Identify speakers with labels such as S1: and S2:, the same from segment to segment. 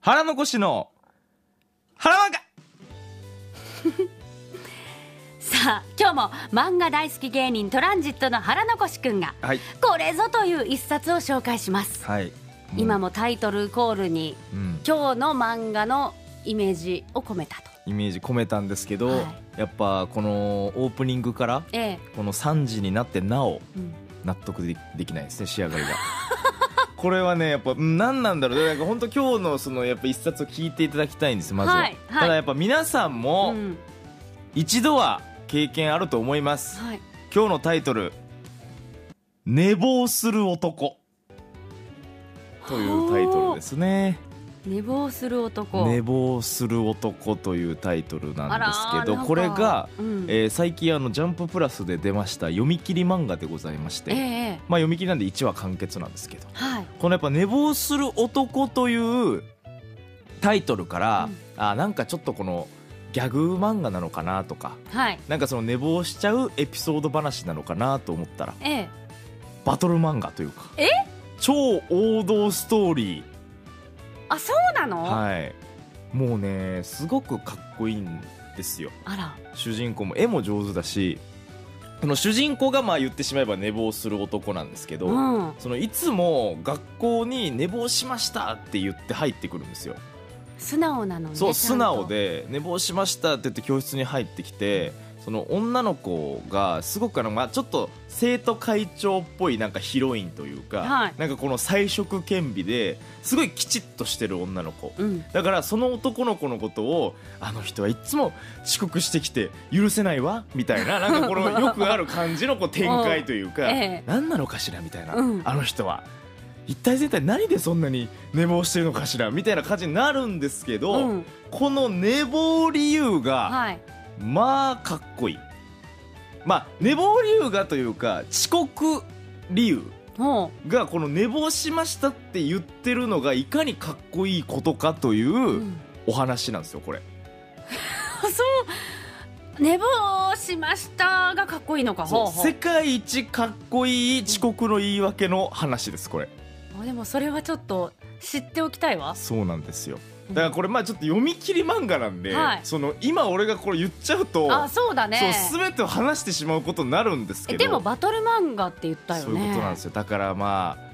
S1: 腹残しの腹漫画
S2: さあ今日も漫画大好き芸人トランジットの原残しくんが
S1: はい
S2: これぞという一冊を紹介します、
S1: はい
S2: 今もタイトルコールに
S1: うん
S2: 今日の漫画のイメージを込めたと
S1: イメージ込めたんですけど、
S2: は
S1: やっぱこのオープニングから
S2: ええ
S1: この3時になってなお
S2: うん
S1: 納得でできないですね仕上がり がこれはねやっぱうん何なんだろうなんか本当今日のそのやっぱ一冊を聞いていただきたいんですまずは、
S2: はいはい
S1: ただやっぱ皆さん
S2: う
S1: も
S2: ん
S1: 一度は経験あると思います、
S2: はい、
S1: 今日のタイトル「寝坊する男」というタイトルですね
S2: 寝坊する男
S1: 寝坊する男というタイトルなんです
S2: あら
S1: けど
S2: なんか
S1: これが、
S2: うん
S1: えー最近あの「ジャンププラス」で出ました読み切り漫画でございまして、
S2: ええ
S1: まあ、読み切りなんで1話完結なんですけど
S2: はい
S1: このやっぱ「寝坊する男」というタイトルから、あなんかちょっとこのギャグ漫画なのかなとか
S2: はい
S1: なんかその寝坊しちゃうエピソード話なのかなと思ったら
S2: ええ
S1: バトル漫画というか
S2: え
S1: 超王道ストーリ
S2: あそうなの、
S1: ーはいもうねすごくかっこいいんですよ
S2: あら
S1: 主人公も絵も上手だしこの主人公がまあ言ってしまえば寝坊する男なんですけど、
S2: うん
S1: そのいつも学校に寝坊しましたって言って入ってくるんですよ、
S2: 素直なのね
S1: そう
S2: ちゃ
S1: 素
S2: んと
S1: 直で寝坊しましたって言って教室に入ってきてその女の子がすごくあの、まあ、ちょっと生徒会長っぽいなんかヒロインというか、
S2: はい
S1: なんかこの彩色兼備ですごいきちっとしてる女の子
S2: うん
S1: だからその男の子のことをあの人はいつも遅刻してきて許せないわみたい ななんかこのよくある感じのこう展開というか、
S2: うんええ
S1: 何なのかしらみたいな、
S2: うん
S1: あの人は一体全体何でそんなに寝坊してるのかしらみたいな感じになるんですけど、
S2: うん
S1: この寝坊理由が
S2: はい
S1: まあかっこいいまあ寝坊理由がというか遅刻理由
S2: ほ
S1: がこの寝坊しましたって言ってるのがいかにかっこいいことかという、
S2: う、うん
S1: お話なんですよこれ
S2: そう寝坊しましたがかっこいいのかほうほ
S1: 世
S2: う
S1: 界一かっこいい遅刻の言い訳の話ですこれ
S2: あでもそれはちょっと知っておきたいわ
S1: そうなんですよだからこれまあちょっと読み切り漫画なんで、
S2: はい
S1: その今俺がこれ言っちゃうと
S2: あそうだね
S1: そう全てを話してしまうことになるんですけ
S2: え
S1: ど
S2: でもバトル漫画って言ったよね
S1: そういうことなんですよだからまあ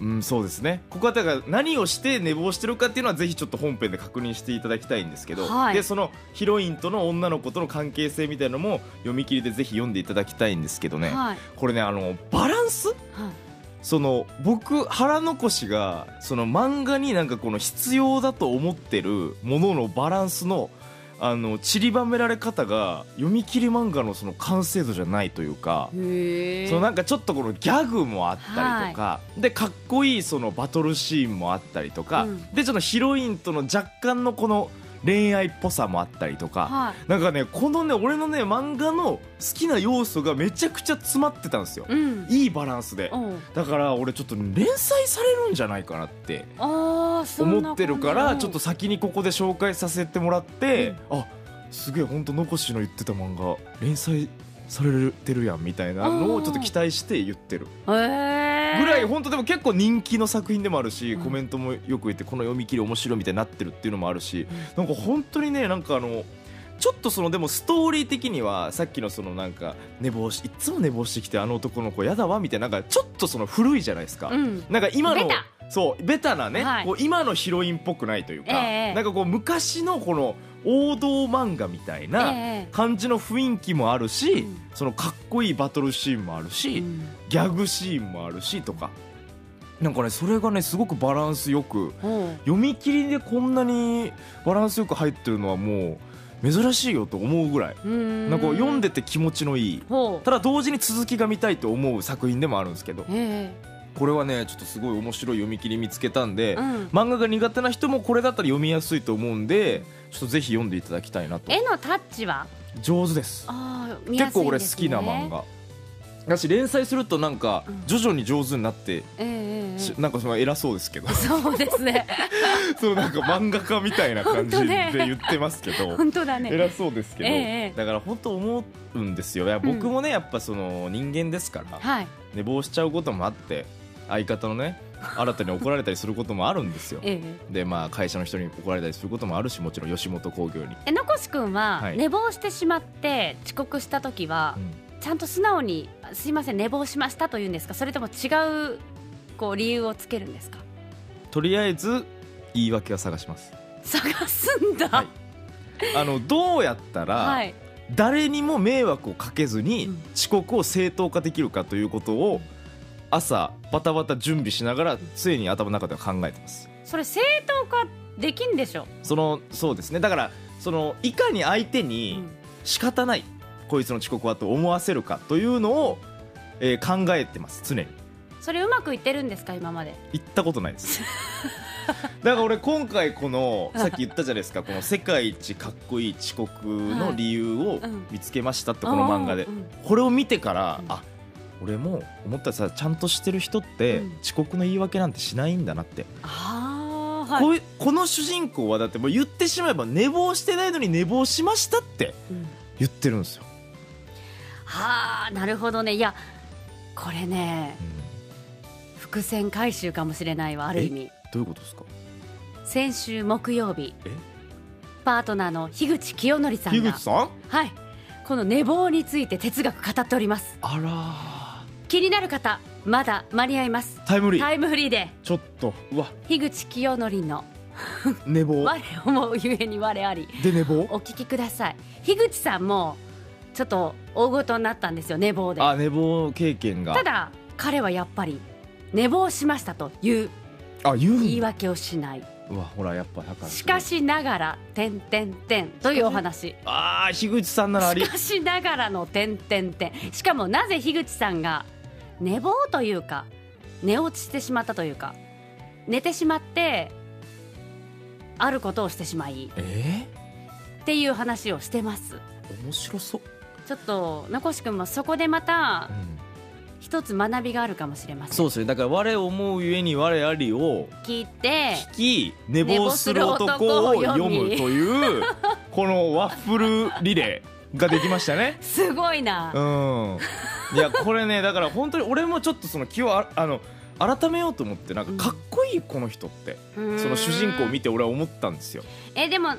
S1: うん、そうですねここはだから何をして寝坊してるかっていうのはぜひちょっと本編で確認していただきたいんですけど、
S2: はい
S1: でそのヒロインとの女の子との関係性みたいなのも読み切りでぜひ読んでいただきたいんですけどね、
S2: はい、
S1: これねあのバランス
S2: はい、
S1: その僕腹残しがその漫画になんかこの必要だと思ってるもののバランスのあの散りばめられ方が読み切り漫画のその完成度じゃないというか、
S2: へえ
S1: そのなんかちょっとこのギャグもあったりとか、でかっこいいそのバトルシーンもあったりとか、
S2: うん
S1: でちょっとヒロインとの若干のこの恋愛っぽさもあったりとか、
S2: はい
S1: なんかねこのね俺のね漫画の好きな要素がめちゃくちゃ詰まってたんですよ、
S2: うん
S1: いいバランスで。
S2: うん
S1: だから俺ちょっと連載されるんじゃないかなって
S2: ああそんな
S1: 思ってるか
S2: 感
S1: ら
S2: じ
S1: ちょっと先にここで紹介させてもらって、あすげえほんと残しの言ってた漫画連載されてるやんみたいなのをちょっと期待して言ってる
S2: へえ
S1: ぐらい本当でも結構人気の作品でもあるし
S2: うん
S1: コメントもよく言ってこの読み切り面白いみたいになってるっていうのもあるしなんか本当にねなんかあのちょっとそのでもストーリー的にはさっきのそのなんか寝坊しいつも寝坊してきてあの男の子やだわみたいななんかちょっとその古いじゃないですか、
S2: うん
S1: なんか今の
S2: ベタ
S1: そうベタなね、
S2: はい
S1: こう今のヒロインっぽくないというか、
S2: ええ
S1: なんかこう昔のこの王道漫画みたいな
S2: え
S1: 感じの雰囲気もあるし、
S2: うん
S1: そのかっこいいバトルシーンもある
S2: え
S1: し、
S2: うん
S1: ギャグシーンもあるしとかなんかねそれがねすごくバランスよく
S2: ほう
S1: 読み切りでこんなにバランスよく入ってるのはもう珍しいよと思うぐらい
S2: うん
S1: なんかこう読んでて気持ちのいい
S2: ほう
S1: ただ同時に続きが見たいと思う作品でもあるんですけど
S2: え
S1: これはねちょっとすごい面白い読み切り見つけたんで
S2: えうん
S1: 漫画が苦手な人もこれだったら読みやすいと思うんでちょっとぜひ読んでいただきたいなと
S2: 絵のタッチは
S1: 上手です
S2: ああ
S1: 結構俺好きな漫画だし連載するとなんか
S2: うん
S1: 徐々に上手になって
S2: ええええ
S1: しなんかその偉そうですけど
S2: そうですね
S1: そうなんか漫画家みたいな感じ
S2: 本
S1: で
S2: 当ね
S1: 言ってますけど
S2: 本当だね
S1: 偉そうですけど、
S2: ええええ
S1: だから本当思うんですよいや僕もね、やっぱその人間ですから
S2: はい
S1: 寝坊しちゃうこともあって相方のね新たに怒られたりすることもあるんですよ
S2: え
S1: でまあ会社の人に怒られたりすることもあるしもちろん吉本興業に、
S2: えのこし君
S1: は
S2: はい寝坊してしまって遅刻した時は
S1: うん
S2: ちゃんと素直に「すいません寝坊しました」と言うんですかそれとも違うこう理由をつけるんですか
S1: とりあえず言い訳は探し ます
S2: 探すんだ
S1: はいあのどうやった
S2: は
S1: ら
S2: い
S1: 誰にも迷惑をかけずに
S2: うん
S1: 遅刻を正当化できるかということを朝バタバタ準備しながら常に頭の中では考えてます
S2: それ正当化できんでしょ
S1: そのそうですねだからそのいかに相手
S2: う
S1: に
S2: ん
S1: 仕方ない、こいつの遅刻はと思わせるかというのを、えー考えてます常に
S2: それうまくいってるんですか今まで
S1: 行ったことないです だから俺今回このさっき言ったじゃないですかこの世界一かっこいい遅刻の理由を
S2: うん
S1: 見つけましたってこの漫画で
S2: うん
S1: これを見てから
S2: うん
S1: あ俺も思ったらさちゃんとしてる人って
S2: うん
S1: 遅刻の言い訳なんてしないんだなって、
S2: ああはい
S1: こういうこの主人公はだってもう言ってしまえば寝坊してないのに寝坊しましたって
S2: うん
S1: 言ってるんですよ、
S2: はあなるほどねいやこれね
S1: うん
S2: 伏線回収かもしれないわある意味
S1: どういうことですか
S2: 先週木曜日
S1: え
S2: パートナーの樋口清則さん
S1: 樋
S2: が
S1: 口さん
S2: はいこの寝坊について哲学語っております
S1: あ
S2: 気になる方まだ間に合います
S1: らータイムリー、
S2: タイムフリーで
S1: ちょっとうわ
S2: 樋口清則の
S1: 寝
S2: 「
S1: 坊
S2: 我思うゆえに我あり
S1: で寝」坊
S2: お聞きください樋口さんもちょっと大ごとになったんですよ寝坊で
S1: あ寝坊経験が
S2: ただ彼はやっぱり寝坊しましたという
S1: あ言うん
S2: 言い
S1: だ
S2: 訳をしないう
S1: わほらやっぱだから
S2: しかしながら「てんてんてん」というお話
S1: あー樋口さんならあり
S2: しかしながらの「てんてんてん」しかもなぜ樋口さんが寝坊というか寝落ちしてしまったというか寝てしまってあることをしてしまい
S1: え
S2: っていう話をしてます
S1: ー、面白そう、
S2: ちょっと名越くんもそこでまた
S1: うん、
S2: 一つ学びがあるかもしれませ
S1: そ
S2: ん
S1: うですねだから我思うゆえに我ありを
S2: 聞いて
S1: 聞き寝坊する男を読むというこのワッフルリレーができました ね
S2: すごいな、
S1: うんいやこれねだから本当に俺もちょっとその気をああの改めようと思ってなんかかっこいいこの人って、
S2: うーん
S1: その主人公を見て俺は思ったんですよ
S2: えでも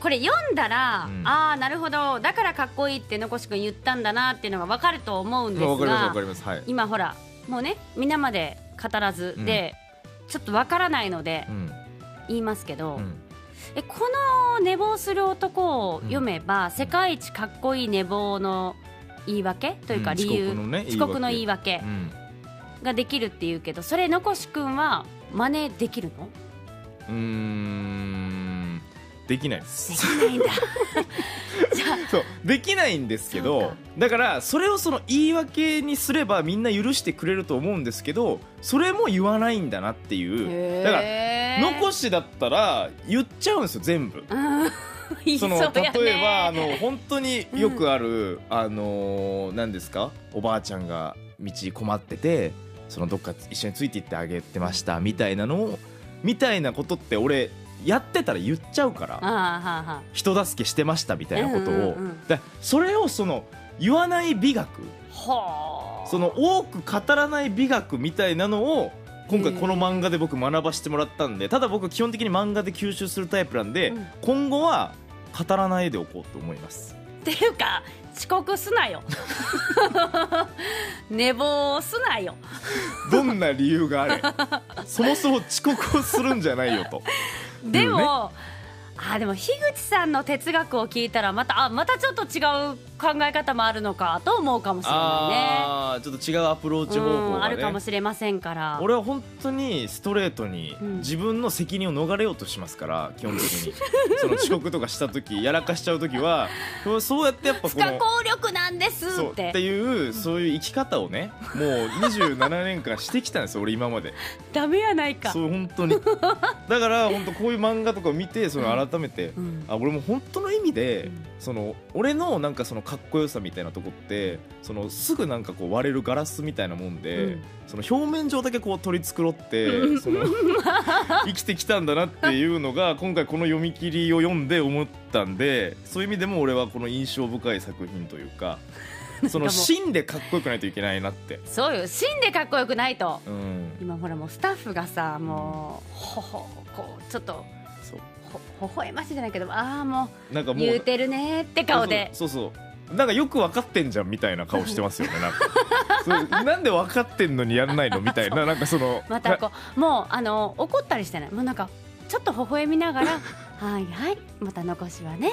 S2: これ読んだら、
S1: うん
S2: ああなるほどだからかっこいいってのこし君言ったんだなっていうのが分かると思うんです
S1: わかりますわ
S2: が
S1: かりますはい、
S2: 今ほらもうね皆まで語らずで、ちょっと分からないので
S1: うん
S2: 言いますけど、
S1: うん
S2: えこの寝坊する男を読めば、世界一かっこいい寝坊の言い訳というか
S1: うん
S2: 理由、
S1: 遅刻のね
S2: 遅刻の言い訳
S1: うん
S2: ができるっていうけどそれのこし君は真似できるの
S1: うーんできないです
S2: できないん だじゃあ
S1: そうできないんですけ
S2: そう
S1: ど
S2: か
S1: だからそれをその言い訳にすればみんな許してくれると思うんですけどそれも言わないんだなっていうだから
S2: ら
S1: 残しだったら言っちゃうんですよ全部。
S2: うん 言い
S1: そ
S2: そう
S1: の
S2: やね
S1: 例えばあの本当によくある、あのー何ですかおばあちゃんが道困っててそのどっか一緒について行ってあげてましたみたいなのをみたいなことって俺やってたら言っちゃうから
S2: ああはあは
S1: 人助けしてましたみたいなことを、
S2: うんうんうん
S1: だそれをその言わない美学
S2: あほう
S1: その多く語らない美学みたいなのを今回この漫画で僕学ばせてもらったんでただ僕基本的に漫画で吸収するタイプなんで、
S2: うん
S1: 今後は語らないでおこうと思います
S2: っていうか遅刻すなよ 寝坊すなよ
S1: どんな理由があ れそもそも遅刻をするんじゃないよと
S2: でも、
S1: うんね
S2: あーでも樋口さんの哲学を聞いたらまたあまたちょっと違う考え方もあるのかと思うかもしれな
S1: あーちょっと違うアプロー
S2: いね
S1: チ方法
S2: うん、あ
S1: が
S2: るかも
S1: ね
S2: しれませんから
S1: 俺は本当にストレートに
S2: うん
S1: 自分の責任を逃れようとしますから基本的 にその遅刻とかした時やらかしちゃう時はそうやってやっぱ
S2: 不
S1: この
S2: 可抗力なんです
S1: そう
S2: っ
S1: ってていうそういう生き方をねもう27年間してきたんですよ俺今まで
S2: ダメやないか
S1: そう本当にだから本当こういう漫画とかを見てその改めて
S2: うん
S1: あ俺も本当の意味で
S2: うん
S1: その俺のなんかそのかっこよさみたいなとこってそのすぐなんかこう割れるガラスみたいなもんで、
S2: うん
S1: その表面上だけこう取り繕って
S2: う
S1: そ の生きてきたんだなっていうのが今回この読み切りを読んで思ったんでそういう意味でも俺はこの印象深い作品というかその芯でかっこよくないといけないなって
S2: そうよ死んでかっこよくないと
S1: うん
S2: 今ほらもうスタッフがさもうほほこうちょっと
S1: そ
S2: ほほ笑ましいじゃないけどああも
S1: うなんか
S2: う
S1: も
S2: 言う
S1: う
S2: てるねーって顔で
S1: そうそうそうなんかよく分かってんじゃんみたいな顔してますよねなんかそうなんで分かってんのにやらないのみ たいななんかその
S2: またこうもうあの怒ったりしてないもうなんかちょっと微笑みな がら「はいはいまた残しはね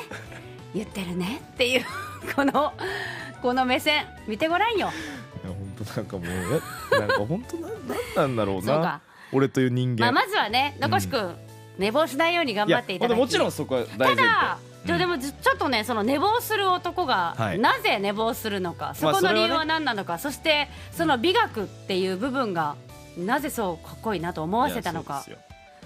S2: 言ってるね」っていうこのこの目線見てごらんよ
S1: いや本当なんかもうえなんか本当なんなんなんだろう
S2: そう
S1: な
S2: か、
S1: 俺という人間、
S2: まあ、まずはね残しくん、寝坊しないように頑
S1: い
S2: 張
S1: や
S2: っていただき
S1: もちろんそこは大
S2: た
S1: 前提
S2: だ、
S1: うん
S2: じゃあでもじちょっとねその寝坊する男が、
S1: はい
S2: なぜ寝坊するのかそ
S1: まあ
S2: こ
S1: それ
S2: の
S1: はね
S2: 理由は何なのか、そしてその美学っていう部分がなぜそうかっこいいなと思わせたの
S1: いや
S2: か
S1: そうですよ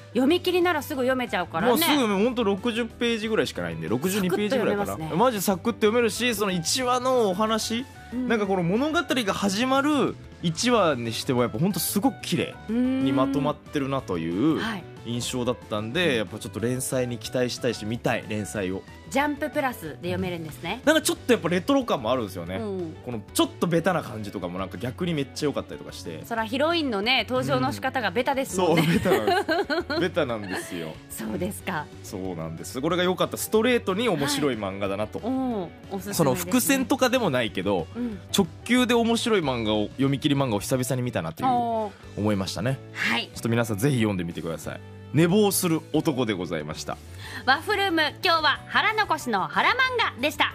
S2: 読み切りならすぐ読めちゃうからね
S1: もうすぐ本当60ページぐらいしかないんで
S2: サ
S1: 62
S2: ク
S1: ペ
S2: ッ
S1: ー
S2: と
S1: ジぐらいか
S2: 読
S1: な、
S2: めますね
S1: マジサクッと読めるしその1話のお話、
S2: うん
S1: なんかこの物語が始まる1話にしてはやっぱ本当すごく綺麗にまとまってるなという
S2: はい
S1: 印象だったんで、やっぱちょっと連載に期待したいし見たい連載を
S2: ジャンププラスで読めるんですね。
S1: なんかちょっとやっぱレトロ感もあるんですよね、
S2: うん
S1: このちょっとベタな感じとかもなんか逆にめっちゃ良かったりとかして
S2: そらヒロインのね登場の仕方がベタです
S1: そ
S2: も
S1: うん
S2: ね。
S1: ベタなんですベタなんですよ
S2: そうですか。
S1: そうなんですこれが良かったストレートに面白い漫画だなと、
S2: おおおすすめです、ね。
S1: その伏線とかでもないけど
S2: うん。
S1: 直球で面白い漫画を読み切り漫画を久々に見たなという
S2: おー
S1: 思いましたね
S2: はい。
S1: ちょっと皆さんぜひ読んでみてください寝坊する男でございました
S2: ワッフルーム今日は腹残しの腹漫画でした。